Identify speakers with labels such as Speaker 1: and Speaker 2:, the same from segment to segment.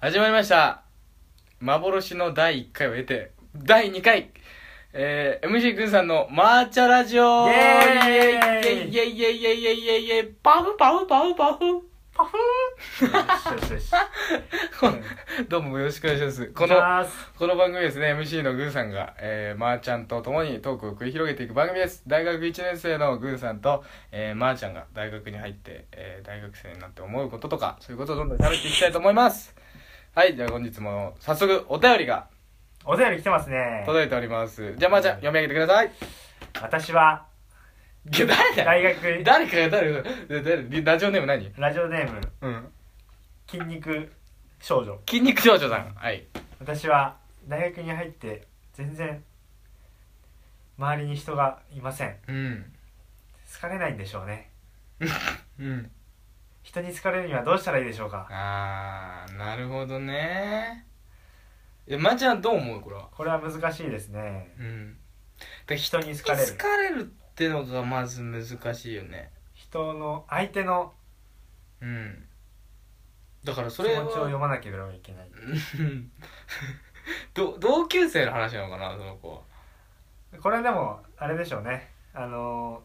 Speaker 1: 始まりました幻の第1回を得て第2回えー、MC くんさんのマーチャラジオ
Speaker 2: イエーイ
Speaker 1: イエイイエイイエイイエイイエイイエイパフパフパフパフパフ
Speaker 2: よしよしよし。
Speaker 1: どうもよろしくお願いしますこ
Speaker 2: こ
Speaker 1: の
Speaker 2: の、
Speaker 1: この番組ですね MC のぐんさんが、えー、まー、ちゃんと共にトークを繰り広げていく番組です大学1年生のぐんさんと、えー、まー、ちゃんが大学に入って、えー、大学生になって思うこととかそういうことをどんどん喋っていきたいと思いますはいじゃあ本日も早速お便りが
Speaker 2: お便り来てますね。
Speaker 1: 届いておりますじゃあまー、ちゃん読み上げてください
Speaker 2: 私は、
Speaker 1: いや誰だ
Speaker 2: 大
Speaker 1: よ
Speaker 2: 学、
Speaker 1: 誰かが誰だ誰ラジオネーム何
Speaker 2: ラジオネーム、
Speaker 1: うん
Speaker 2: 筋肉少女。
Speaker 1: 筋肉少女さんはい
Speaker 2: 私は、大学に入って、全然、周りに人がいません。
Speaker 1: うん
Speaker 2: 好かれないんでしょうね。
Speaker 1: うん
Speaker 2: 人に好かれるにはどうしたらいいでしょうか。
Speaker 1: あーなるほどねえまー、ちゃんどう思うこれは
Speaker 2: これは難しいですね。
Speaker 1: うんだ人
Speaker 2: 人に好
Speaker 1: に
Speaker 2: かれ
Speaker 1: 好
Speaker 2: る。
Speaker 1: かれるってのがまず難しいよね
Speaker 2: 人の、相手の
Speaker 1: うんだから
Speaker 2: 気
Speaker 1: そ
Speaker 2: 持ち
Speaker 1: れ
Speaker 2: を読
Speaker 1: は
Speaker 2: まなければいけない。
Speaker 1: うん ど同級生の話なのかなその子は
Speaker 2: これでも、あれでしょうね。あの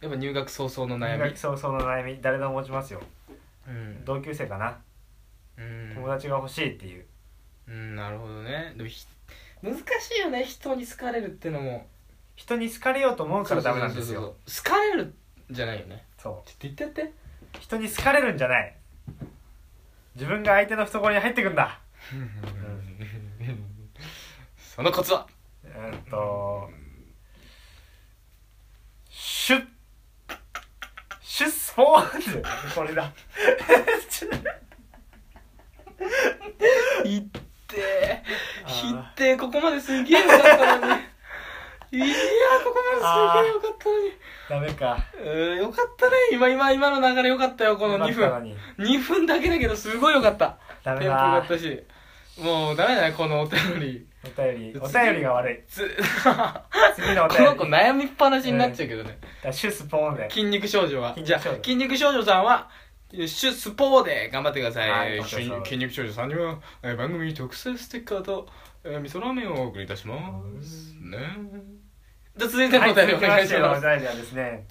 Speaker 1: やっぱ入学早々の
Speaker 2: ー、
Speaker 1: 悩み
Speaker 2: 早々の悩み、誰でも持ちますよ。
Speaker 1: うん
Speaker 2: 同級生かな。
Speaker 1: うん
Speaker 2: 友達が欲しいっていう
Speaker 1: うんなるほどねでもひ難しいよね人に好かれるってのも
Speaker 2: 人に好かれようと思うからダメなんです
Speaker 1: そう
Speaker 2: よ
Speaker 1: そうそう好かれるじゃないよね
Speaker 2: そ
Speaker 1: ちょっと言ってや って
Speaker 2: う人に好かれるんじゃない自分が相手の懐に入ってくんだ
Speaker 1: そのコツは
Speaker 2: えーっとシュッシュッスポーンズ これだ
Speaker 1: いって
Speaker 2: あ
Speaker 1: ひ
Speaker 2: ー
Speaker 1: ってここまですげえよか ったのにいやここまですげえよかったのに
Speaker 2: ダメか
Speaker 1: うーんよかったね今今今の流れよかったよこの2
Speaker 2: 今から
Speaker 1: 分
Speaker 2: に
Speaker 1: 2分だけだけどすごいよかった
Speaker 2: ダ
Speaker 1: テンポ
Speaker 2: メ
Speaker 1: よか
Speaker 2: だ
Speaker 1: ったしもうダメだねこのお便り
Speaker 2: お便りお便りが悪い
Speaker 1: つ
Speaker 2: 次のお
Speaker 1: この子
Speaker 2: 便り
Speaker 1: 悩みっぱなしになっちゃうけどね、
Speaker 2: だシュッスポーンで
Speaker 1: 筋肉少女は
Speaker 2: 筋
Speaker 1: じゃ
Speaker 2: 肉
Speaker 1: あ
Speaker 2: 少女
Speaker 1: 筋肉少女さんはシュスポーで頑張ってください、
Speaker 2: はい
Speaker 1: 筋筋肉少女さんには、えー番組特製ステッカーと、えー味噌ラーメンをお送りいたしますねじゃあ続いてのお便りお願いし
Speaker 2: は
Speaker 1: ます、
Speaker 2: い次のお便りはですね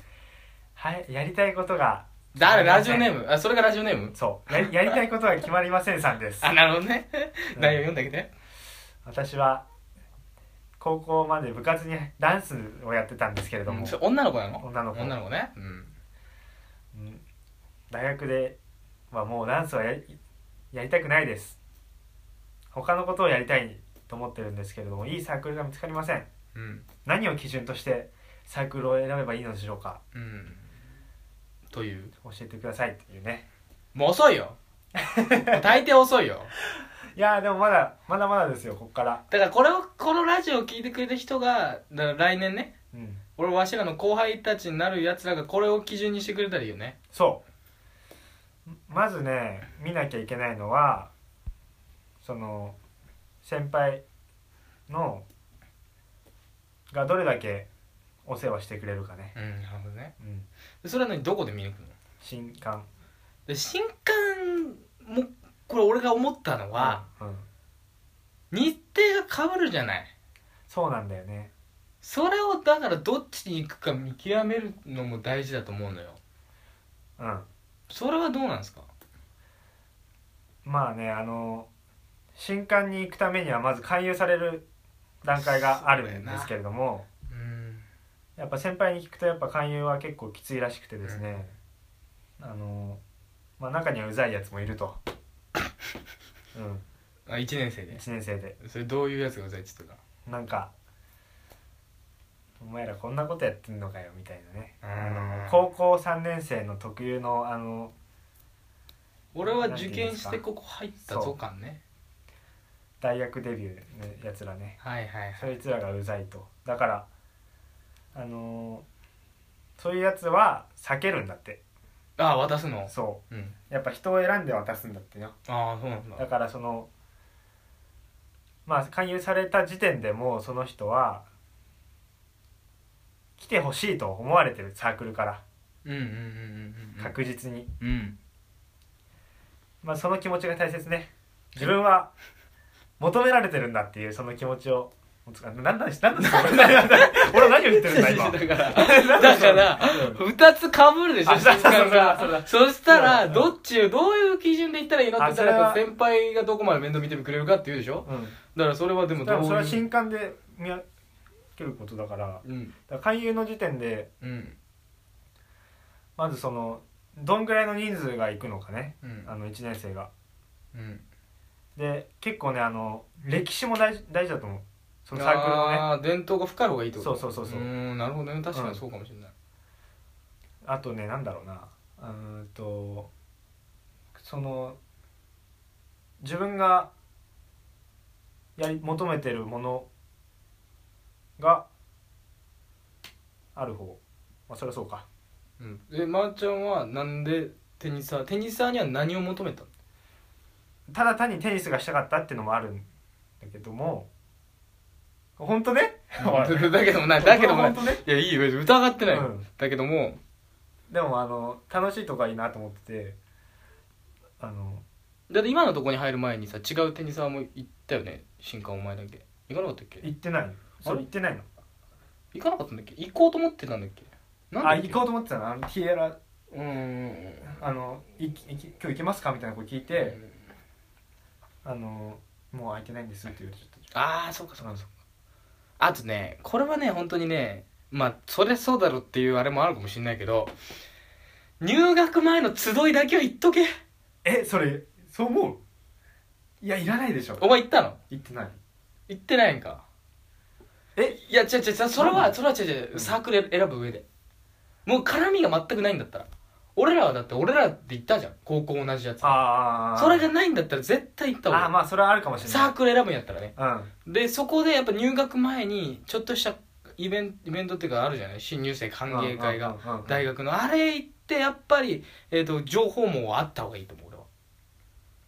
Speaker 2: はいやりたいことが
Speaker 1: 誰ラジオネームあそれがラジオネーム
Speaker 2: そうややり たいことが決まりませんさんです
Speaker 1: あなるほどね
Speaker 2: うん
Speaker 1: 内容読んであげて
Speaker 2: 私は高校まで部活にダンスをやってたんですけれども、
Speaker 1: うんそれ女の子なの
Speaker 2: 女の子
Speaker 1: 女の子ねうん
Speaker 2: うん大学ではもうダンスはやりやりたくないです他のことをやりたいと思ってるんですけれどもいいサークルが見つかりません
Speaker 1: うん
Speaker 2: 何を基準としてサークルを選べばいいのでしょうか
Speaker 1: うんという
Speaker 2: 教えてくださいっていうね
Speaker 1: もう遅いよ大抵遅いよ
Speaker 2: いやーでもまだまだまだですよこっから
Speaker 1: だからこれをこのラジオを聞いてくれた人がだから来年ね
Speaker 2: うん
Speaker 1: 俺わしらの後輩たちになるやつらがこれを基準にしてくれたらいいよね
Speaker 2: そうまずね見なきゃいけないのはその先輩のがどれだけお世話してくれるかね、
Speaker 1: うんなるほどね
Speaker 2: うん、
Speaker 1: それは何どこで見に行くの
Speaker 2: 新刊
Speaker 1: で新刊もこれ俺が思ったのは、、
Speaker 2: うん、
Speaker 1: 日程が被るじゃない
Speaker 2: そうなんだよね
Speaker 1: それをだからどっちに行くか見極めるのも大事だと思うのよ
Speaker 2: うん
Speaker 1: それはどうなんですか
Speaker 2: まあねあの新刊に行くためにはまず勧誘される段階があるんですけれども
Speaker 1: うん
Speaker 2: やっぱ先輩に聞くとやっぱ勧誘は結構きついらしくてですね、あのまあ中にはうざいやつもいるとう
Speaker 1: あ1年生
Speaker 2: ん
Speaker 1: で
Speaker 2: 1年生で
Speaker 1: それどういうやつがうざいって言って
Speaker 2: なんか「お前らこんなことやってんのかよ」みたいなね
Speaker 1: た
Speaker 2: あの
Speaker 1: こ
Speaker 2: 高校3年生の特有のあの
Speaker 1: 俺は
Speaker 2: なんて
Speaker 1: 受
Speaker 2: いうんですか
Speaker 1: 験してここ入った
Speaker 2: そ
Speaker 1: ぞ
Speaker 2: う
Speaker 1: 感ね
Speaker 2: 大学デビューのやつらね
Speaker 1: はいはいは
Speaker 2: そ
Speaker 1: い
Speaker 2: いつらがうざいとだからあのそういうやつは避けるんだって
Speaker 1: ああ渡すの
Speaker 2: そ
Speaker 1: うん
Speaker 2: うやっぱ人を選んで渡すんだってよ
Speaker 1: ああそうなんだ
Speaker 2: だからそのまあ勧誘された時点でもうその人は来てほしいと思われてるサークルから
Speaker 1: うんうんうんうんうん
Speaker 2: 確実に、
Speaker 1: うん
Speaker 2: まあその気持ちが大切ね自分は求められてるんだっていうその気持ちを持つかなんなんなんなんですか俺俺は何を言ってるんだ今
Speaker 1: だから、だから、二つ被るでしょ、
Speaker 2: あそう
Speaker 1: 質感が
Speaker 2: そうだ。
Speaker 1: そしたら、
Speaker 2: うん
Speaker 1: どっちを、どういう基準で言ったらいいのって言ったら、
Speaker 2: あそれ
Speaker 1: 先輩がどこまで面倒見てくれるかって言うでしょ
Speaker 2: うん
Speaker 1: だからそれはでも
Speaker 2: で
Speaker 1: どう
Speaker 2: もそれは
Speaker 1: いう。
Speaker 2: 新刊で見分けることだからだか
Speaker 1: うん。
Speaker 2: ら勧誘の時点で
Speaker 1: うん。
Speaker 2: まずそのどんぐらいの人数が行くのかね
Speaker 1: うん
Speaker 2: あ。の1年生が
Speaker 1: うん。
Speaker 2: で結構ねあの歴史も大事大事だと思うそのサークルのね
Speaker 1: ああー、伝統が深い方がいいってこと
Speaker 2: そうそうそうそう
Speaker 1: ーん、なるほどね。確かにそうかもしれない。
Speaker 2: あとねなんだろうなうーんとその自分がやり求めてるものがある方まあそれはそうか
Speaker 1: うん。で、まーちゃんは、なんで、テニサー、テニサーには何を求めたの
Speaker 2: ただ単にテニスがしたかったっていうのもあるんだけども本当ね おい
Speaker 1: だけどもない、だけどもない
Speaker 2: 本。当ね、
Speaker 1: いや、いいよ、別に疑って
Speaker 2: う
Speaker 1: ないよ。
Speaker 2: ん、
Speaker 1: だけども、
Speaker 2: でもあの楽しいとかいいなと思っててあの
Speaker 1: だって今のとこに入る前にさ違うテニサーも行ったよね新刊お前だけ行かなかったっけ
Speaker 2: 行ってないのそれ行ってないの
Speaker 1: 行かなかったんだっけ行こうと思ってたんだっけなんだ
Speaker 2: あ
Speaker 1: っけ
Speaker 2: 行こうと思ってたのあのティエラ
Speaker 1: うーん
Speaker 2: あのいきいき今日行けますかみたいなこと聞いて、あのもう空いてないんですって言われちゃった
Speaker 1: ああそうかそうかそうかあとねこれはね本当にねまあそれそうだろっていうあれもあるかもしれないけど入学前の集いだけは行っとけ
Speaker 2: えそれそう思ういやいらないでしょ
Speaker 1: お前行ったの
Speaker 2: 行ってない
Speaker 1: 行ってないんか
Speaker 2: え
Speaker 1: いや違う違う違うそれ
Speaker 2: なん
Speaker 1: は
Speaker 2: で
Speaker 1: それは違う違うサークル選ぶ上でもう絡みが全くないんだったら俺らはだって俺らって行ったじゃん高校同じやつ
Speaker 2: ああ
Speaker 1: それがないんだったら絶対行った方がいい
Speaker 2: あーまあそれはあるかもしれ
Speaker 1: サ
Speaker 2: な
Speaker 1: ー
Speaker 2: い
Speaker 1: クル選ぶんやったらね
Speaker 2: うん
Speaker 1: でそこでやっぱ入学前にちょっとしたイベンイベントっていうかあるじゃない新入生歓迎会が
Speaker 2: うんうんうんうん
Speaker 1: 大学のあれ行ってやっぱり、えー、と情報網はあった方がいいと思う俺は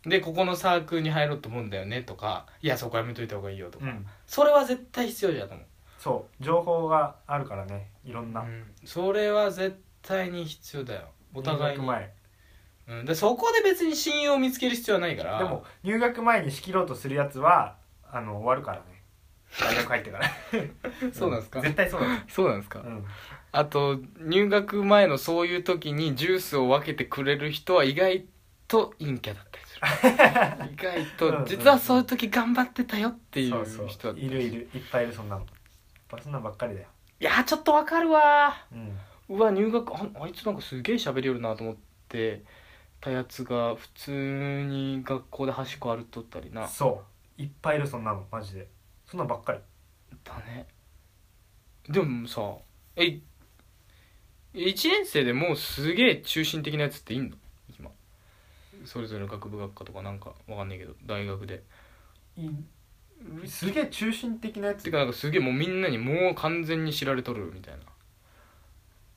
Speaker 1: でここのサークルに入ろうと思うんだよねとかいやそこやめといた方がいいよとか、
Speaker 2: うん
Speaker 1: それは絶対必要じゃと思う
Speaker 2: そう情報があるからねいろんな、
Speaker 1: うんそれは絶対に必要だよお互い
Speaker 2: 入学
Speaker 1: に、
Speaker 2: 前
Speaker 1: うん、でそこで別に親友を見つける必要はないから
Speaker 2: でも入学前に仕切ろうとするやつはあの終わるからね大学入ってから
Speaker 1: そうなんですか
Speaker 2: 絶対そうなんで
Speaker 1: そうなんですか
Speaker 2: す、うん、
Speaker 1: あと入学前のそういう時にジュースを分けてくれる人は意外と陰キャだった りする意外
Speaker 2: うんうんう
Speaker 1: と
Speaker 2: ん
Speaker 1: 実はそういう時頑張ってたよっていう人だった
Speaker 2: そう
Speaker 1: り
Speaker 2: そういるいるいっぱいいるそんなのやっぱそんなんばっかりだよ、
Speaker 1: いやーちょっとわかるわ
Speaker 2: うん、
Speaker 1: ーうわ入学ああいつなんかすげえ喋りよるなと思ってたやつが普通に学校で端っこ歩っとったりな
Speaker 2: そういっぱいいるそんなのマジでそんなんばっかり
Speaker 1: だねでもさえ1年生でもうすげえ中心的なやつっていんの今それぞれの学部学科とかなんかわかんないけど大学で
Speaker 2: すげえ中心的なやつ
Speaker 1: てかなんかすげえもうみんなにもう完全に知られとるみたいな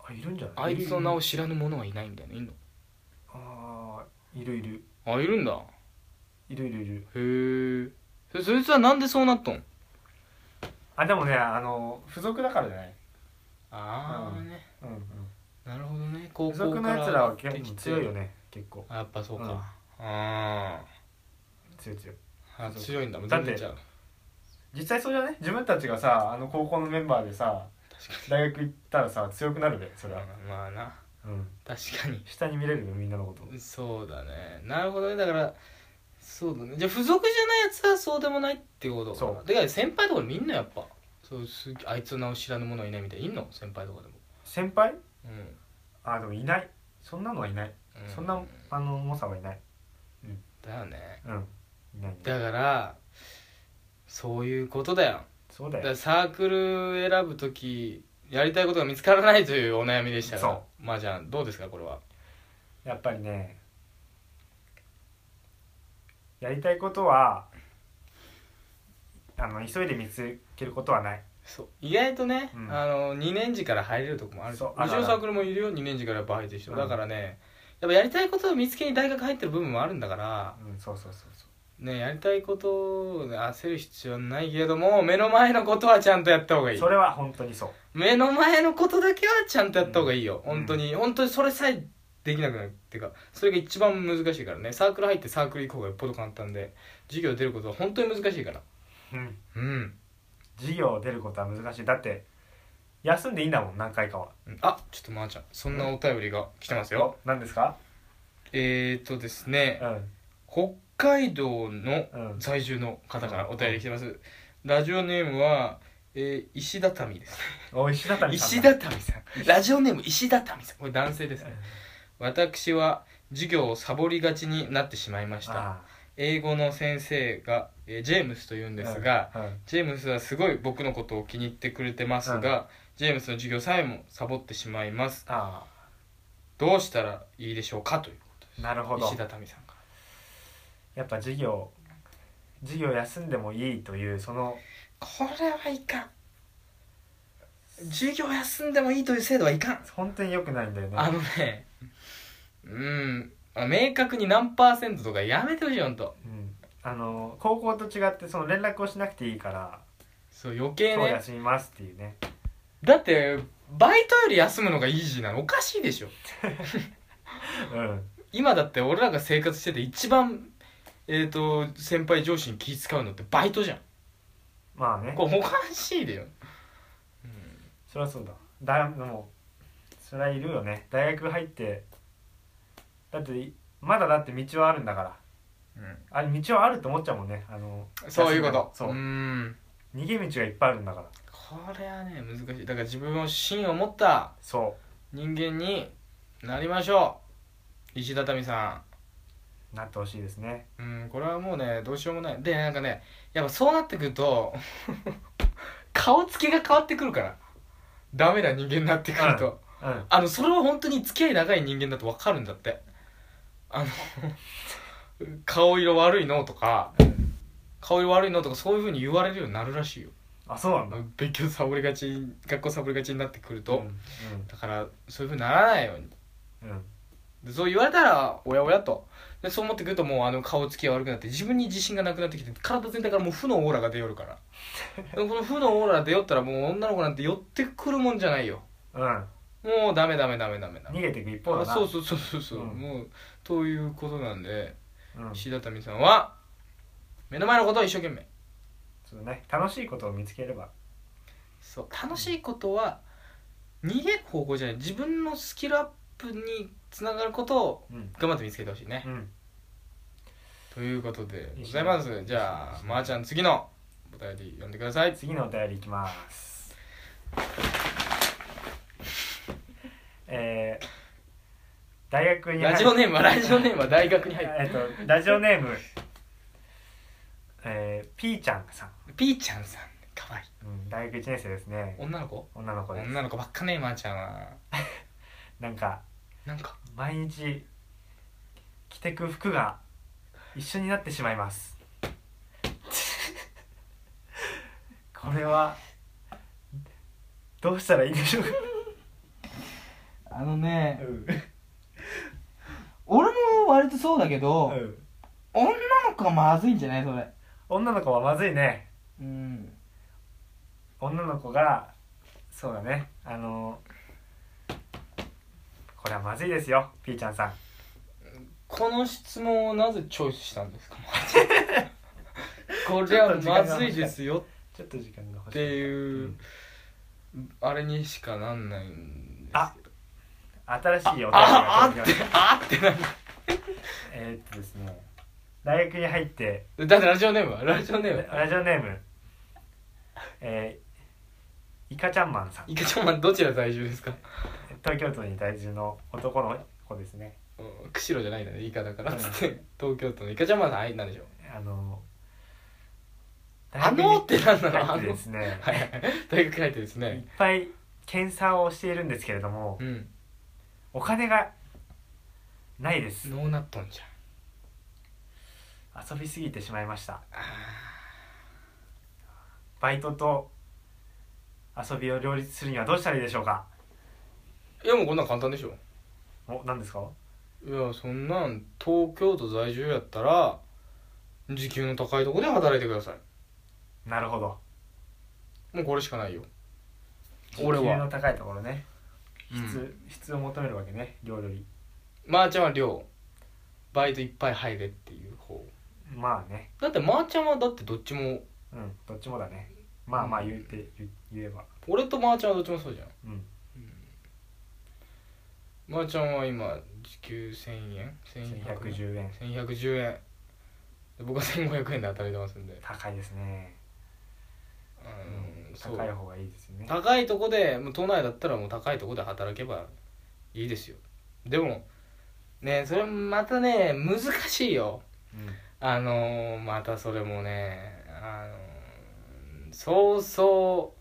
Speaker 2: あいるんじゃない
Speaker 1: あいつの名を
Speaker 2: し
Speaker 1: 知らぬ者はいないみたいないんの
Speaker 2: あーいるいる
Speaker 1: あいるんだ
Speaker 2: いるいるいる
Speaker 1: へえそそいつはなんでそうなっとん
Speaker 2: あでもねあの付属だからじゃない、
Speaker 1: ああね
Speaker 2: うん
Speaker 1: なるほどね高
Speaker 2: 付属のやつらは結構強いよね結構
Speaker 1: あやっぱそう
Speaker 2: うん
Speaker 1: かあ
Speaker 2: 強い強い
Speaker 1: ーあ
Speaker 2: そう
Speaker 1: 強いんだもん
Speaker 2: だって
Speaker 1: じゃあ
Speaker 2: 実際そうじゃない自分たちがさあの高校のメンバーでさ大学行ったらさ強くなるでそれは、
Speaker 1: まあな
Speaker 2: うん、
Speaker 1: 確かに
Speaker 2: 下に見れるよみんなのこと
Speaker 1: そうだねなるほどねだからそうだねじゃあ付属じゃないやつはそうでもないってことかな
Speaker 2: そう
Speaker 1: でか先輩とかみんなやっぱそうすあいつの名を知らぬ者はいないみたいないんの先輩とかでも
Speaker 2: 先輩
Speaker 1: うん、
Speaker 2: あでもいないそんなのはいない、
Speaker 1: う
Speaker 2: そんなあの重さはいない
Speaker 1: だよね
Speaker 2: うんいないいな
Speaker 1: だ
Speaker 2: い
Speaker 1: からそういうことだよ
Speaker 2: そうだ
Speaker 1: だか
Speaker 2: よ
Speaker 1: らサークル選ぶ時やりたいことが見つからないというお悩みでしたが
Speaker 2: そう
Speaker 1: まあじゃあどうですかこれは
Speaker 2: やっぱりねやりたいことはあの急いで見つけることはない
Speaker 1: そう意外とね、
Speaker 2: うん
Speaker 1: あの2年次から入れるとこもある
Speaker 2: そう
Speaker 1: うち
Speaker 2: あ
Speaker 1: の
Speaker 2: るある
Speaker 1: サークルもいるよ2年次からやっぱ入ってる人、
Speaker 2: うん
Speaker 1: だからねやっぱやりたいことを見つけに大学入ってる部分もあるんだから、
Speaker 2: うんそうそうそうそう
Speaker 1: ね、やりたいことを焦る必要はないけれども目の前のことはちゃんとやった方がいい
Speaker 2: それは本当にそう
Speaker 1: 目の前のことだけはちゃんとやった方がいいよ、
Speaker 2: うん
Speaker 1: 本当に本当にそれさえできなくなるっていうかそれが一番難しいからねサークル入ってサークル行く方がよっぽど簡単で授業出ることは本当に難しいから
Speaker 2: うん
Speaker 1: うん
Speaker 2: 授業出ることは難しいだって休んでいいんだもん何回かは
Speaker 1: うんあちょっとまーちゃんそんなお便りが来てますよ、
Speaker 2: 何ですか
Speaker 1: えーとですね
Speaker 2: う
Speaker 1: 北海道の
Speaker 2: ん うん
Speaker 1: 在住の方からお便り来てますラジオネームは、えー石畳です
Speaker 2: お石畳さん
Speaker 1: 石畳さん ラジオネーム石畳さんこれ男性ですね私は授業をサボりがちになってしまいました
Speaker 2: あ
Speaker 1: 英語の先生が、えージェームスというん
Speaker 2: ー
Speaker 1: ですが、
Speaker 2: うんうん
Speaker 1: ジェームスはすごい僕のことを気に入ってくれてますが、ジェームスの授業さえもサボってしまいます
Speaker 2: あ
Speaker 1: どうしたらいいでしょうかということ
Speaker 2: あなるほ
Speaker 1: で
Speaker 2: ど
Speaker 1: 石畳さんから
Speaker 2: やっぱ授業授業休んでもいいというその
Speaker 1: これはいかん授業休んでもいいという制度はいかん
Speaker 2: 本当に良くないんだよね
Speaker 1: あのねうんあ明確に何パーセントとかやめてほしいよほんと
Speaker 2: うん、あの高校と違ってその連絡をしなくていいから
Speaker 1: そう余計
Speaker 2: 今日
Speaker 1: ね
Speaker 2: 休みますっていうね
Speaker 1: だってバイトより休むのがイージーなのおかしいでしょ
Speaker 2: うん
Speaker 1: 今だって俺らが生活してて一番えっ、と先輩上司に気使うのってバイトじゃん
Speaker 2: まあね
Speaker 1: これおかしいでよ、
Speaker 2: そりゃそうだだもうそりゃいるよね大学入ってだっていまだだって道はあるんだから
Speaker 1: うん
Speaker 2: あれ道はあると思っちゃうもんねあの
Speaker 1: そういうこと
Speaker 2: そう
Speaker 1: ん
Speaker 2: 逃げ道がいっぱいあるんだから
Speaker 1: これはね難しいだから自分を芯を持った
Speaker 2: そ
Speaker 1: 人間になりましょう石畳さ
Speaker 2: うなってほしいですね
Speaker 1: んうんこれはもうねどうしようもないでなんかねやっぱそうなってくると 顔つきが変わってくるからダメな人間になってくると、
Speaker 2: うん
Speaker 1: あのそれは本当に付き合い長い人間だと分かるんだってあの 顔色悪いのとか顔色悪いのとかそういう風に言われるようになるらしいよ
Speaker 2: あそうなんだ
Speaker 1: 勉強サボりがち学校サボりがちになってくると、
Speaker 2: うん
Speaker 1: だからそういう風にならないように
Speaker 2: うんうん
Speaker 1: でそう言われたらおやおやとでそう思ってくるともうあの顔つきが悪くなって自分に自信がなくなってきて体全体からもう負のオーラが出よるから でもこの負のオーラが出よったらもう女の子なんて寄ってくるもんじゃないよ
Speaker 2: うん
Speaker 1: もうダメダメダメダメダメ
Speaker 2: 逃げていく一方だな
Speaker 1: あそうそうそうそうそう、
Speaker 2: うん
Speaker 1: もうということなんで
Speaker 2: うん
Speaker 1: 石畳さんは目の前のことを一生懸命
Speaker 2: そうね楽しいことを見つければ
Speaker 1: そう楽しいことは逃げる方向じゃない自分のスキルアップにつながることを
Speaker 2: うん
Speaker 1: 頑張って見つけてほしいね
Speaker 2: う、ん
Speaker 1: ということでございますじゃあまー、ちゃん次のお便り読んでください
Speaker 2: 次のお便りいきますえー、大学に入
Speaker 1: ラジオネームはラジオネームは大学に入って
Speaker 2: えっとラジオネームえー、ピーちゃんさん、
Speaker 1: ピーちゃんさんかわいい
Speaker 2: うん、大学1年生ですね
Speaker 1: 女の子
Speaker 2: 女の子です
Speaker 1: 女の子ばっかねまー、ちゃんは
Speaker 2: なんか
Speaker 1: なんか
Speaker 2: 毎日着てく服が一緒になってしまいます これはどうしたらいいんでしょうか
Speaker 1: あのね俺も割とそうだけど
Speaker 2: うん
Speaker 1: 女の子がまずいんじゃないそれ
Speaker 2: 女の子はまずいね
Speaker 1: うん
Speaker 2: 女の子がそうだねあのこれはまずいですよピーちゃんさん
Speaker 1: この質問をなぜチョイスしたんです かこれはまずいですよ
Speaker 2: ちょっと時間が欲しい
Speaker 1: っていううんあれにしかなんないんです
Speaker 2: あ新しいお便りが
Speaker 1: ああ
Speaker 2: 届き
Speaker 1: って
Speaker 2: ました
Speaker 1: あってなんだ
Speaker 2: えーっとですね大学に入って
Speaker 1: だってラジオネームはラジオネーム
Speaker 2: ラジオネームえー、イカちゃんマンさん
Speaker 1: イカちゃんはどちら在住ですか
Speaker 2: 東京都に在住の男の子ですね
Speaker 1: うん釧路じゃないんだねイカだからっつって東京都のイカちゃんまだはいなんでしょう
Speaker 2: あの
Speaker 1: あのってなんな
Speaker 2: 大
Speaker 1: のあ
Speaker 2: 学に入って
Speaker 1: の
Speaker 2: ですね
Speaker 1: はい大学入ってです
Speaker 2: いっ
Speaker 1: ね
Speaker 2: ぱい検査をしているんですけれども
Speaker 1: うん
Speaker 2: お金がないです
Speaker 1: ノーナットンじゃん
Speaker 2: 遊びすぎてしまいました
Speaker 1: あ
Speaker 2: バイトと遊びを両立するにはどうしたらいいでしょうか
Speaker 1: ーいやもうこんなん簡単でしょ
Speaker 2: お何ですか
Speaker 1: いやそんなん東京都在住やったら時給の高いとこで働いてください
Speaker 2: なるほど
Speaker 1: もうこれしかないよ
Speaker 2: 時給
Speaker 1: 俺は
Speaker 2: の高いところね
Speaker 1: うん
Speaker 2: 質、質を求めるわけね料理
Speaker 1: まーちゃんは量バイトいっぱい入れっていう方
Speaker 2: まあね
Speaker 1: だってまーちゃんはだってどっちも
Speaker 2: うんどっちもだねまあまあ言って言言えば
Speaker 1: 俺とまーちゃんはどっちもそうじゃん
Speaker 2: うん
Speaker 1: まーちゃんは今時給1000円
Speaker 2: 1110円
Speaker 1: 1110円で僕は1500円で働いてますんで
Speaker 2: 高いですね、
Speaker 1: うんそう
Speaker 2: 高い方がいいですね
Speaker 1: 高いとこでもう都内だったらもう高いとこで働けばいいですよでもねそれもまたね難しいよ
Speaker 2: うん
Speaker 1: あのー、またそれもねあのー、そうそ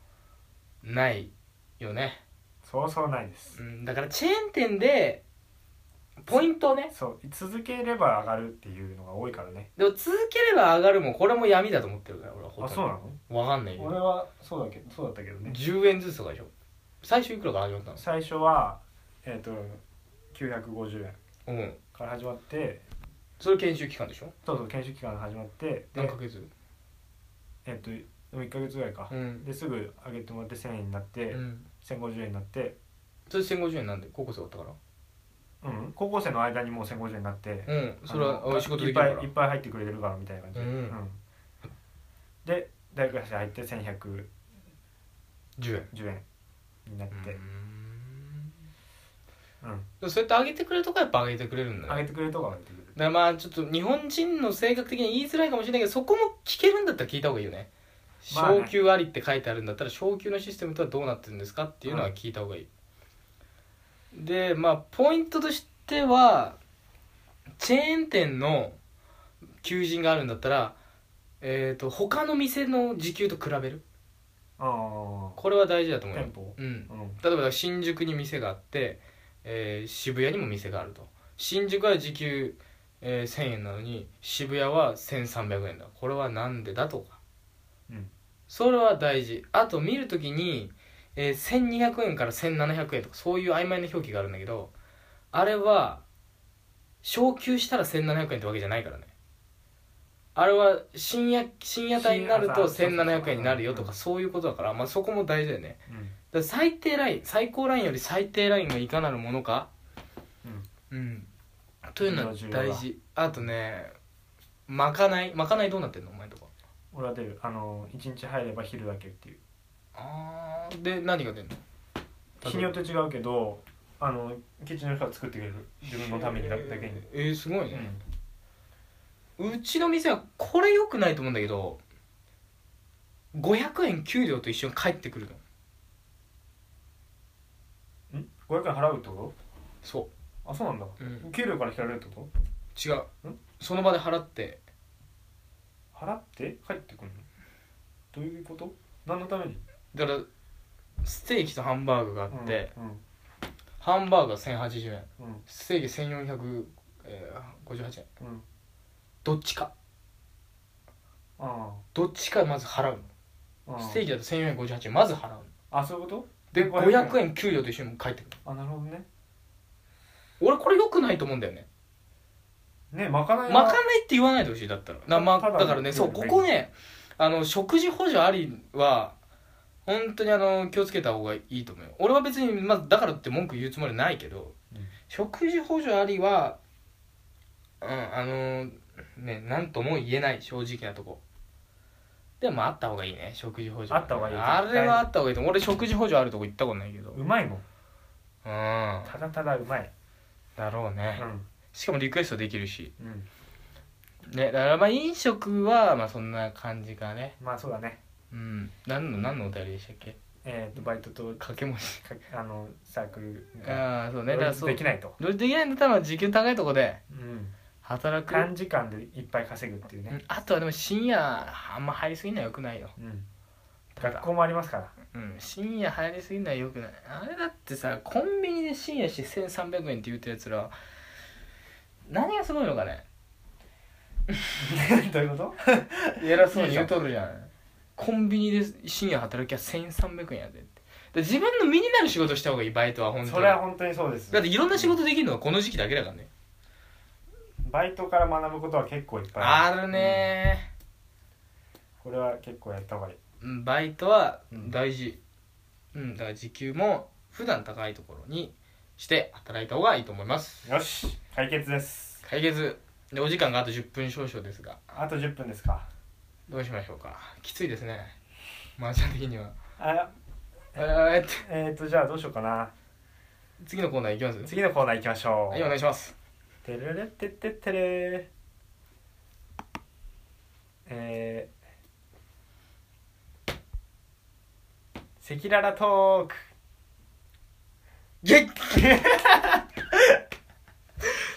Speaker 1: うないよね、
Speaker 2: そうそうないです
Speaker 1: うん、だからチェーン店でポイントをね
Speaker 2: そう続ければ上がるっていうのが多いからね
Speaker 1: でも続ければ上がるもこれも闇だと思ってるから俺はほ
Speaker 2: あ
Speaker 1: とん
Speaker 2: そうなの
Speaker 1: どわかんないけ
Speaker 2: 俺
Speaker 1: ど
Speaker 2: はそうだけそうだったけどね
Speaker 1: 10円ずつとかでしょ最初いくらから始まったの
Speaker 2: 最初はえっ、と950円
Speaker 1: うん
Speaker 2: から始まって
Speaker 1: それ研修期間でしょ
Speaker 2: そうそう研修期間が始まって
Speaker 1: 何
Speaker 2: で
Speaker 1: ヶ月
Speaker 2: えっ、とでも1か月ぐらいか、
Speaker 1: うん
Speaker 2: ですぐ上げてもらって1000円になって、
Speaker 1: うん
Speaker 2: 1050円になって
Speaker 1: それ1050円なんで高校生だったか
Speaker 2: うん高校生の間にもう1050円になって、
Speaker 1: らうんそれは
Speaker 2: あの
Speaker 1: お仕事できるか
Speaker 2: いっ
Speaker 1: ら
Speaker 2: ぱいいっぱい入ってくれてるからみたいな感じで、
Speaker 1: うん
Speaker 2: で大学生入って1110
Speaker 1: 10円
Speaker 2: 円になって、うん
Speaker 1: でもそうやって上げてくれるとこはやっぱ上げてくれるんだ
Speaker 2: 上
Speaker 1: ね
Speaker 2: げてくれるとこは上げてくれる
Speaker 1: だからまあちょっと日本人の性格的に言いづらいかもしれないけどそこも聞けるんだったら聞いた方がいいよね
Speaker 2: まあね
Speaker 1: 昇給ありって書いてあるんだったら昇給のシステムとはどうなってるんですかっていうのは聞いた方がいい、でまあポイントとしてはチェーン店の求人があるんだったらえっ、と他の店の時給と比べる
Speaker 2: ああ
Speaker 1: これは大事だと思うよ
Speaker 2: 店舗
Speaker 1: うん
Speaker 2: うん
Speaker 1: 例えば新宿に店があって、えー渋谷にも店があると新宿は時給、えー1000円なのに渋谷は1300円だこれはなんでだとか、
Speaker 2: うん
Speaker 1: それは大事あと見るときに、えー1200円から1700円とかそういう曖昧な表記があるんだけどあれは昇給したら1700円ってわけじゃないからねあれは深夜深夜帯になると
Speaker 2: 深夜
Speaker 1: 1700円になるよとかそういうことだから、まあ、そこも大事だよね
Speaker 2: うん
Speaker 1: だから最低ライン最高ラインより最低ラインがいかなるものかうんというのは大事あとねまかないまかないどうなってんのお前のとか
Speaker 2: 俺は出るあの1日入れば昼だけっていう
Speaker 1: あーで何が出んの
Speaker 2: 日によって違うけどあのキッチンの人が作ってくれる自分のためにだだけに、
Speaker 1: えーえーすごいね、うちの店はこれよくないと思うんだけど500円給料と一緒に帰ってくるの
Speaker 2: うんん500円払うってこ
Speaker 1: そ
Speaker 2: とあそうなんだ、
Speaker 1: う、うん、
Speaker 2: 給料から引かれるってこ
Speaker 1: 違うその場で払って
Speaker 2: と払って帰ってくるのどういうこと何のために
Speaker 1: だからステーキとハンバーグがあって、
Speaker 2: うん
Speaker 1: ハンバーグが1080円
Speaker 2: うんうん
Speaker 1: ステーキ1458円
Speaker 2: うん
Speaker 1: どっちか
Speaker 2: あ
Speaker 1: どっちかまず払う
Speaker 2: ああ
Speaker 1: の
Speaker 2: あ
Speaker 1: ステーキだと1458円まず払うの
Speaker 2: あそういうこと
Speaker 1: で
Speaker 2: 500円
Speaker 1: 500円給料と一緒に帰ってくる
Speaker 2: あなるほどね
Speaker 1: 俺これ良くないと思うんだよね
Speaker 2: ねまかないは
Speaker 1: まかないって言わないでほしいだったらな、まあ、
Speaker 2: ただ
Speaker 1: だからねそう
Speaker 2: 給料
Speaker 1: こ
Speaker 2: ね
Speaker 1: こねあの食事補助ありは本当にあの気をつけた方がいいと思うよ俺は別に、まあ、だからって文句言うつもりないけど、
Speaker 2: うん
Speaker 1: 食事補助ありはうんあのねなんとも言えない正直なとこでもあった方がいいね食事補助
Speaker 2: あった方がいい
Speaker 1: あれはあった方がいいと思う俺食事補助あるとこ行ったことないけどう
Speaker 2: うんまいもん
Speaker 1: だ
Speaker 2: ただただうまい
Speaker 1: ろうね、しかもリクエストできるし
Speaker 2: うんうん
Speaker 1: ねだからまあ飲食はまあそんな感じかね
Speaker 2: まあそうだね
Speaker 1: うん、何の何のお便りでしたっけ
Speaker 2: えっ、とバイトと
Speaker 1: 掛け持ち
Speaker 2: かあのサークルが
Speaker 1: ああそうねだからそう
Speaker 2: できないと、
Speaker 1: 両立できないんだったらまあ時給高いとこで
Speaker 2: うん、
Speaker 1: 働く、
Speaker 2: 短時間でいっぱい稼ぐっていう
Speaker 1: う
Speaker 2: ね、
Speaker 1: んあとはでも深夜あんま入りすぎないはよくないよ
Speaker 2: うん、
Speaker 1: ただ
Speaker 2: 学校もありますから
Speaker 1: うん、深夜入りすぎないよくないあれだってさコンビニで深夜して1300円って言うてるやつら何がすごいのかね
Speaker 2: どういうこと
Speaker 1: 偉そうに言うとるじゃんコンビニで深夜働きゃ1300円やでってで自分の身になる仕事した方がいいバイトは本当に
Speaker 2: それは本当にそうです
Speaker 1: だっていろんな仕事できるのはこの時期だけだからね
Speaker 2: バイトから学ぶことは結構いっぱい
Speaker 1: あるねー、
Speaker 2: これは結構やった方がいい
Speaker 1: うんバイトは
Speaker 2: うん
Speaker 1: 大事、うん、だから時給も普段高いところにして働いた方がいいと思います
Speaker 2: よし解決です
Speaker 1: 解決でお時間があと10分少々ですが
Speaker 2: あと10分ですか
Speaker 1: どうしましょうかきついですねマージャン的には
Speaker 2: あ
Speaker 1: えー、って
Speaker 2: えっ、ー、とじゃあどうしようかな
Speaker 1: 次のコーナーいきます
Speaker 2: 次のコーナー行きましょう
Speaker 1: はいお願いします
Speaker 2: てれれってってってれえー、赤裸々トーク
Speaker 1: げっ 赤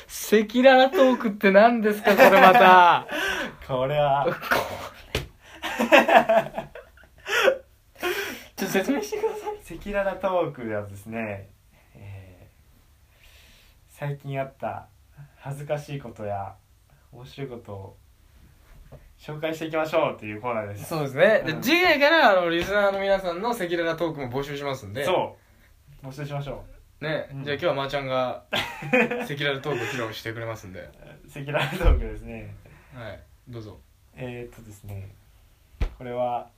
Speaker 1: 裸々トークって何ですかこれまた
Speaker 2: これは
Speaker 1: ちょっと説明してください
Speaker 2: 赤裸々トークではですね、えー最近あった恥ずかしいことや面白いことを紹介していきましょうというコーナーです
Speaker 1: そうですね、
Speaker 2: うん
Speaker 1: で次回からあのリスナーの皆さんの赤裸々トークも募集しますんで
Speaker 2: そう募集しましょ
Speaker 1: ね、
Speaker 2: うん
Speaker 1: じゃあ今日はまーちゃんが 赤裸々トークを披露してくれますんでは
Speaker 2: う赤裸々トークですね
Speaker 1: いどうぞ
Speaker 2: えー、っとですねこれは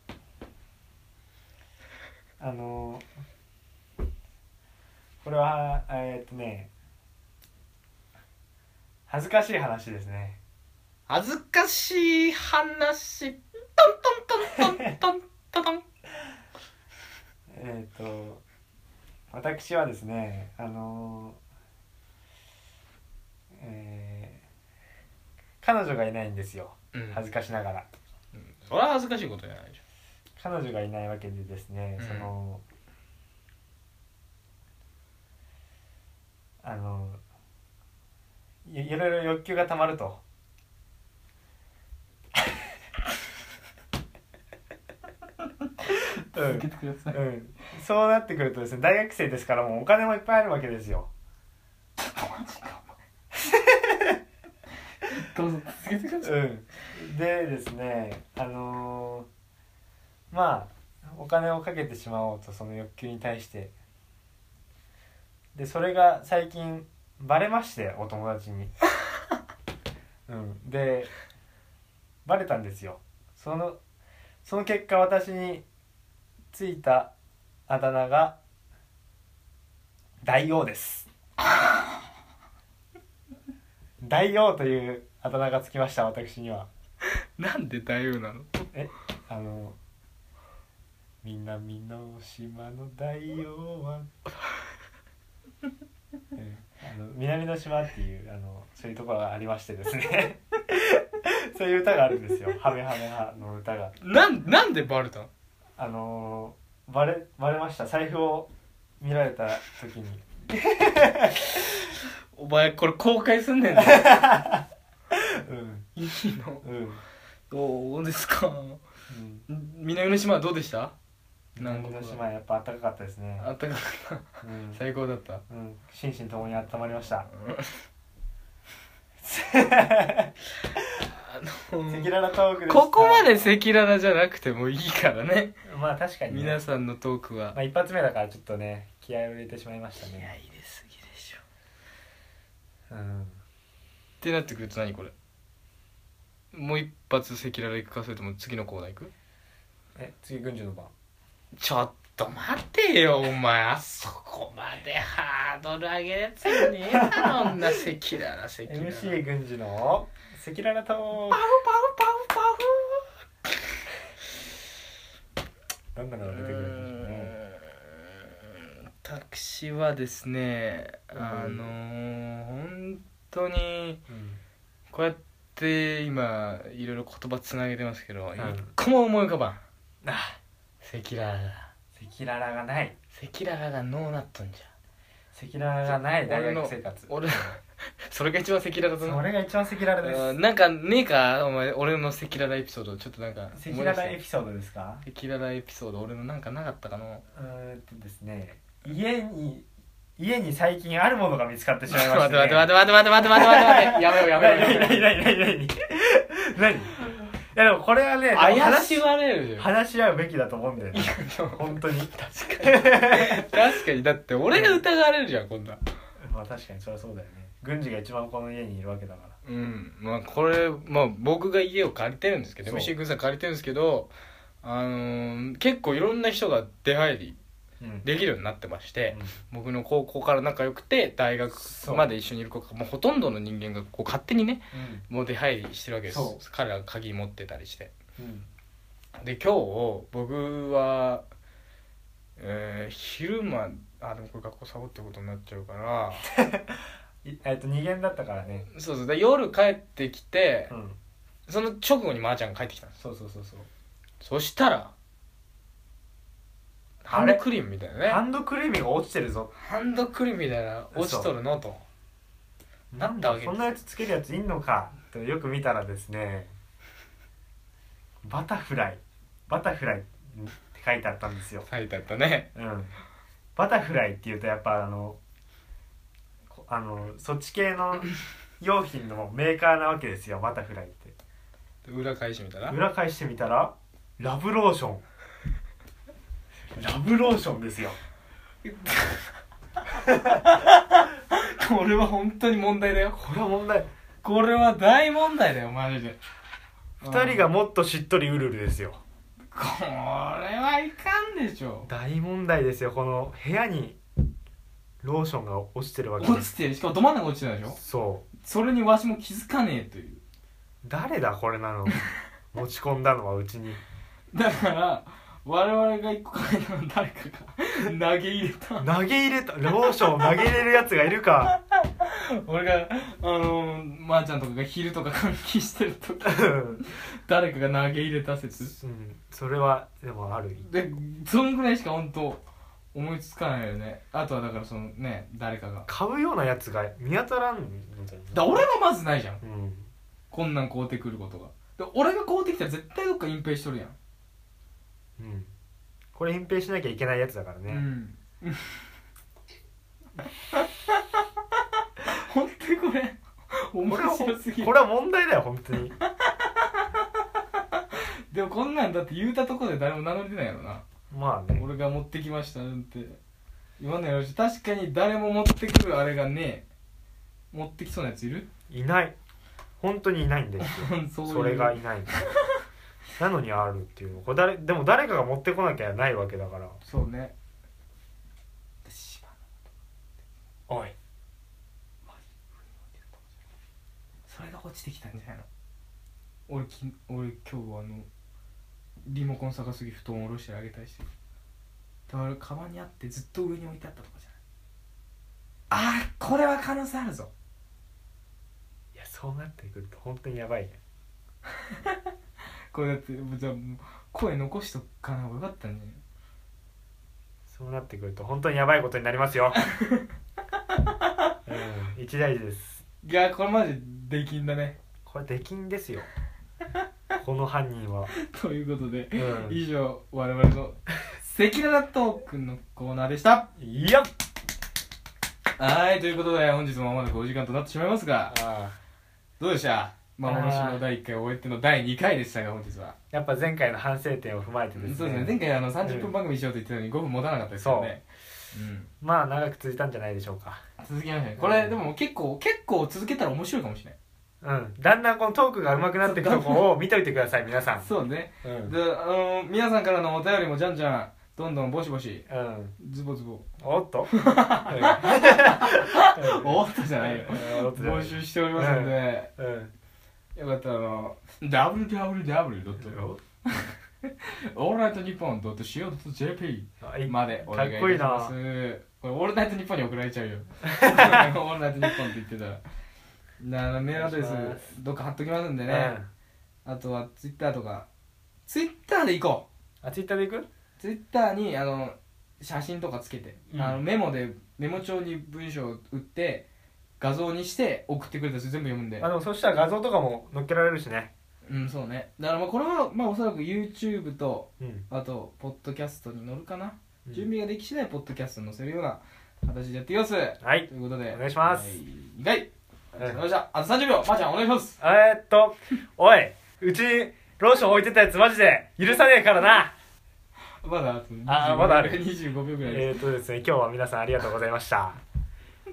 Speaker 2: あのこれはえー、っとね恥ずかしい話ですね
Speaker 1: 恥ずかしい話トントントントントントン
Speaker 2: えっ、と私はですねあのーえー彼女がいないんですよ
Speaker 1: うん
Speaker 2: 恥ずかしながら、
Speaker 1: うんそれは恥ずかしいことじゃないでしょ
Speaker 2: 彼女がいないわけでですね、
Speaker 1: うん
Speaker 2: そのあのいいろいろ欲求がたま るとうん
Speaker 1: てくださ
Speaker 2: うん、そうなってくるとですね大学生ですからもうお金もいっぱいあるわけですよ
Speaker 1: どうぞ続けてくだ
Speaker 2: うんでですねあのーまあお金をかけてしまおうとその欲求に対してでそれが最近バレましてお友達に、うん、でバレたんですよそのその結果私についたあだ名が大王です大王というあだ名がつきました私には
Speaker 1: なんで大王なの
Speaker 2: あの南の島の大 王は、うんあの南の島っていうあのそういうところがありましてで すねそういう歌があるんですよ「ハメハメハ」の歌が
Speaker 1: なんなんでバレたの
Speaker 2: あのバレバレました財布を見られた時に
Speaker 1: お前これ公開すん ねんだ
Speaker 2: うん
Speaker 1: いいの
Speaker 2: うん、
Speaker 1: どうですか
Speaker 2: うん、
Speaker 1: 南の島はどうでした南
Speaker 2: 南
Speaker 1: 国
Speaker 2: の
Speaker 1: は
Speaker 2: 島やっぱ暖かかったですね
Speaker 1: あったかかった
Speaker 2: うん、
Speaker 1: 最高だった
Speaker 2: うん、心身ともに温まりました
Speaker 1: あの
Speaker 2: 赤裸々トークでした
Speaker 1: ここまで赤裸々じゃなくてもいいからね
Speaker 2: まあ確かに、ね、
Speaker 1: 皆さんのトークは
Speaker 2: まあ、一発目だからちょっとね気合を入れてしまいました
Speaker 1: いや
Speaker 2: ね、
Speaker 1: 入れすぎでしょ
Speaker 2: うん、
Speaker 1: ってなってくると何これもう一発赤裸々いくかそれとも次のコーナーいく
Speaker 2: え次軍事の番
Speaker 1: ちょっと待てよお前あそこまでハードル上げるやつよねえ だろんな赤裸々赤裸々
Speaker 2: MC 軍事の赤裸々と
Speaker 1: パフパフパフ
Speaker 2: どんなの
Speaker 1: パ
Speaker 2: が
Speaker 1: フ
Speaker 2: 出てくるんでしょうね
Speaker 1: 私はですね
Speaker 2: うん
Speaker 1: あのー、本当に
Speaker 2: うん
Speaker 1: こうやって今いろいろ言葉つなげてますけど、
Speaker 2: ん
Speaker 1: 一個も思い浮かばん赤
Speaker 2: あ
Speaker 1: 裸々が
Speaker 2: 赤裸々がない
Speaker 1: 赤裸々がノーなっとんじ
Speaker 2: 赤裸々がない大
Speaker 1: 俺の
Speaker 2: 学生活
Speaker 1: ゃ俺 それが一番赤裸々だ
Speaker 2: そ
Speaker 1: な
Speaker 2: れが一番赤裸々です
Speaker 1: うんなんかねえかお前俺の赤裸々エピソードちょっとなんか
Speaker 2: 赤裸々エピソードですか
Speaker 1: 赤裸々エピソード俺のなんかなかったかな
Speaker 2: うーんとですね家に家に最近あるものが見つかってしまいまし
Speaker 1: 待
Speaker 2: た、
Speaker 1: て
Speaker 2: ね、
Speaker 1: 待て待て待て待て待て待て待 てやめようやめようやめよう
Speaker 2: 何何何何何何いやでもこれはね
Speaker 1: 怪しがれるよ
Speaker 2: 話し合うべきだと思うんだよね
Speaker 1: でも
Speaker 2: 本当に
Speaker 1: 確かに 確かにだって俺が疑われるじゃんこんな
Speaker 2: まあ確かにそりゃそうだよね軍事が一番この家にいるわけだから
Speaker 1: うんまあこれまあ僕が家を借りてるんですけど
Speaker 2: そう
Speaker 1: MC 軍さん借りてるんですけどあのー結構いろんな人が出入り
Speaker 2: うん
Speaker 1: できるようになってまして、
Speaker 2: うん
Speaker 1: 僕の高校から仲良くて大学
Speaker 2: そう
Speaker 1: まで一緒にいる子がもうほとんどの人間がこう勝手にねもう出入りしてるわけで
Speaker 2: そ
Speaker 1: す彼らが鍵持ってたりして
Speaker 2: うん
Speaker 1: で今日僕は、えー昼間あでもこれ学校サボってことになっちゃうから
Speaker 2: いえっと二限だったからね
Speaker 1: そうそうで夜帰ってきて
Speaker 2: うん
Speaker 1: その直後にまーちゃんが帰ってきたんです
Speaker 2: そうそうそうそう
Speaker 1: そしたらハ
Speaker 2: あ
Speaker 1: ンド
Speaker 2: れ
Speaker 1: クリームみたいなね
Speaker 2: ハンドクリームが落ちてるぞ
Speaker 1: ハンドクリームみたいな落ちとるのとなったわけです
Speaker 2: そんなやつつけるやついんのかとよく見たらですねバタフライバタフライって書いてあったんですよ
Speaker 1: 書いてあったね
Speaker 2: うんバタフライっていうとやっぱあのこあのそっち系の用品のメーカーなわけですよバタフライって
Speaker 1: 裏返してみたら
Speaker 2: 裏返してみたらラブローションラブローションですよ
Speaker 1: これは本当に問題だよ
Speaker 2: これは問題
Speaker 1: これは大問題だよマジで
Speaker 2: 2人がもっとしっとりうるるですよ
Speaker 1: これはいかんでしょ
Speaker 2: 大問題ですよこの部屋にローションが落ちてるわけで
Speaker 1: 落
Speaker 2: す
Speaker 1: ちてるしかもど真ん中落ちてないでしょ
Speaker 2: そう
Speaker 1: それにわしも気づかねえという
Speaker 2: 誰だこれなの持ち込んだのはうちに
Speaker 1: だから我々が一個書いたの誰かが投げ入れた
Speaker 2: 投げ入れたローションを投げ入れるやつがいるか
Speaker 1: 俺があのー、まー、ちゃんとかが昼とか 換気してる時
Speaker 2: うん
Speaker 1: 誰かが投げ入れた説
Speaker 2: うんそれはでもある
Speaker 1: でそんぐらいしか本当思いつかないよねあとはだからそのね誰かが
Speaker 2: 買うようなやつが見当たらんみたい
Speaker 1: だ
Speaker 2: な
Speaker 1: 俺がまずないじゃん
Speaker 2: うん
Speaker 1: こんなん買うてくることがで俺が買うてきたら絶対どっか隠蔽しとるやん、
Speaker 2: うんこれ隠蔽しなきゃいけないやつだから
Speaker 1: う
Speaker 2: ね、
Speaker 1: ん 本当にこれ
Speaker 2: これは
Speaker 1: 面白すぎ
Speaker 2: こ
Speaker 1: る
Speaker 2: れは問題だよ本当に
Speaker 1: でもこんなんだって言うたとこで誰も名乗り出ないやろな
Speaker 2: まあね
Speaker 1: 俺が持ってきましたなんて言わないやろし確かに誰も持ってくるあれがねえ持ってきそうなやついる
Speaker 2: いない本当にいないんですよ
Speaker 1: そういう
Speaker 2: それがいないなのにあるっていうのこれ誰でも誰かが持ってこなきゃないわけだから
Speaker 1: そうね
Speaker 2: おい
Speaker 1: それが落ちてきたんじゃないの俺き俺今日あのリモコン探す時布団下ろしてあげたりしてるだからカバンにあってずっと上に置いてあったとかじゃないあーこれは可能性あるぞ
Speaker 2: いやそうなってくると本当にやばいね
Speaker 1: これだってじゃあもう声残しとかな方がよかったんじゃない
Speaker 2: そうなってくると本当にやばいことにな りますよ、うん、一大事です
Speaker 1: いやこれマジできんだね
Speaker 2: これできんですよこの犯人は、
Speaker 1: ということで
Speaker 2: うん、
Speaker 1: 以上我々の赤裸々トークのコーナーでした
Speaker 2: いや
Speaker 1: はいということで本日もまもなくお時間となってしまいますが
Speaker 2: あ
Speaker 1: どうでした幻の第1回を終えての第2回でしたが本日は
Speaker 2: やっぱ前回の反省点を踏まえてですね
Speaker 1: そうですね前回あの30分番組しようと言ってたのに5分持たなかったですからねうん
Speaker 2: まあ長く続いたんじゃないでしょうか
Speaker 1: 続きましたねこれでも結構結構続けたら面白いかもしれない
Speaker 2: うんだんだんこのトークが上手くなっていくところを見といてください皆さん
Speaker 1: そうね
Speaker 2: うん
Speaker 1: であのー皆さんからのお便りもじゃんじゃんどんどんぼしぼし
Speaker 2: うん
Speaker 1: ズボズ ボ
Speaker 2: おっと
Speaker 1: おっとじゃないよ
Speaker 2: おっとじゃない
Speaker 1: 募集しておりますので
Speaker 2: うん
Speaker 1: よかったらあの www. オールナイトニッポン .co.jp
Speaker 2: あい
Speaker 1: までお願いいたします
Speaker 2: かっこ
Speaker 1: これオールナイトニッポンに送られちゃう よオールナイトニッポンって言ってたらなあのメールアドレス
Speaker 2: お願いします
Speaker 1: どっか貼っときますんで
Speaker 2: うん
Speaker 1: ね、あとはツイッターとかツイッターで行こ
Speaker 2: あツイッターで行く
Speaker 1: うツイッターにあの写真とかつけて、
Speaker 2: うん
Speaker 1: あのメモでメモ帳に文章を打って画像にして送ってくれたやつ全部読むんで
Speaker 2: あでもそしたら画像とかも載っけられるしね
Speaker 1: うんそうねだからまあこれはまあおそらく YouTube と
Speaker 2: うん
Speaker 1: あとポッドキャストに載るかな、準備ができ次第ポッドキャストに載せるような形でやっていきます
Speaker 2: はい
Speaker 1: ということで
Speaker 2: お願いします
Speaker 1: はい二回
Speaker 2: うん
Speaker 1: わかりましたあと30秒まー、ちゃんお願いします
Speaker 2: えーっとおいうちローション置いてたやつマジで許さねえからな
Speaker 1: まだあと
Speaker 2: あーまだある
Speaker 1: 25秒ぐらいです、
Speaker 2: えーっとですね今日は皆さんありがとうございました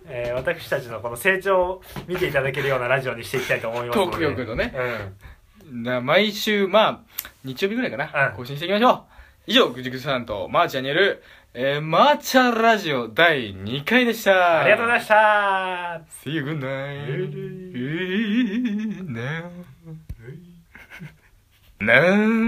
Speaker 2: えー私たちのこの成長を見ていただけるようなラジオにしていきたいと思いますので
Speaker 1: トーク力のね
Speaker 2: うん
Speaker 1: な毎週まあ日曜日ぐらいかな、
Speaker 2: うん
Speaker 1: 更新していきましょう以上、ぐじぐじさんとまーちゃんによる、えー、まーちゃんラジオ第2回でした。
Speaker 2: ありがとうございま
Speaker 1: し
Speaker 2: した
Speaker 1: See you good night. Now. Now.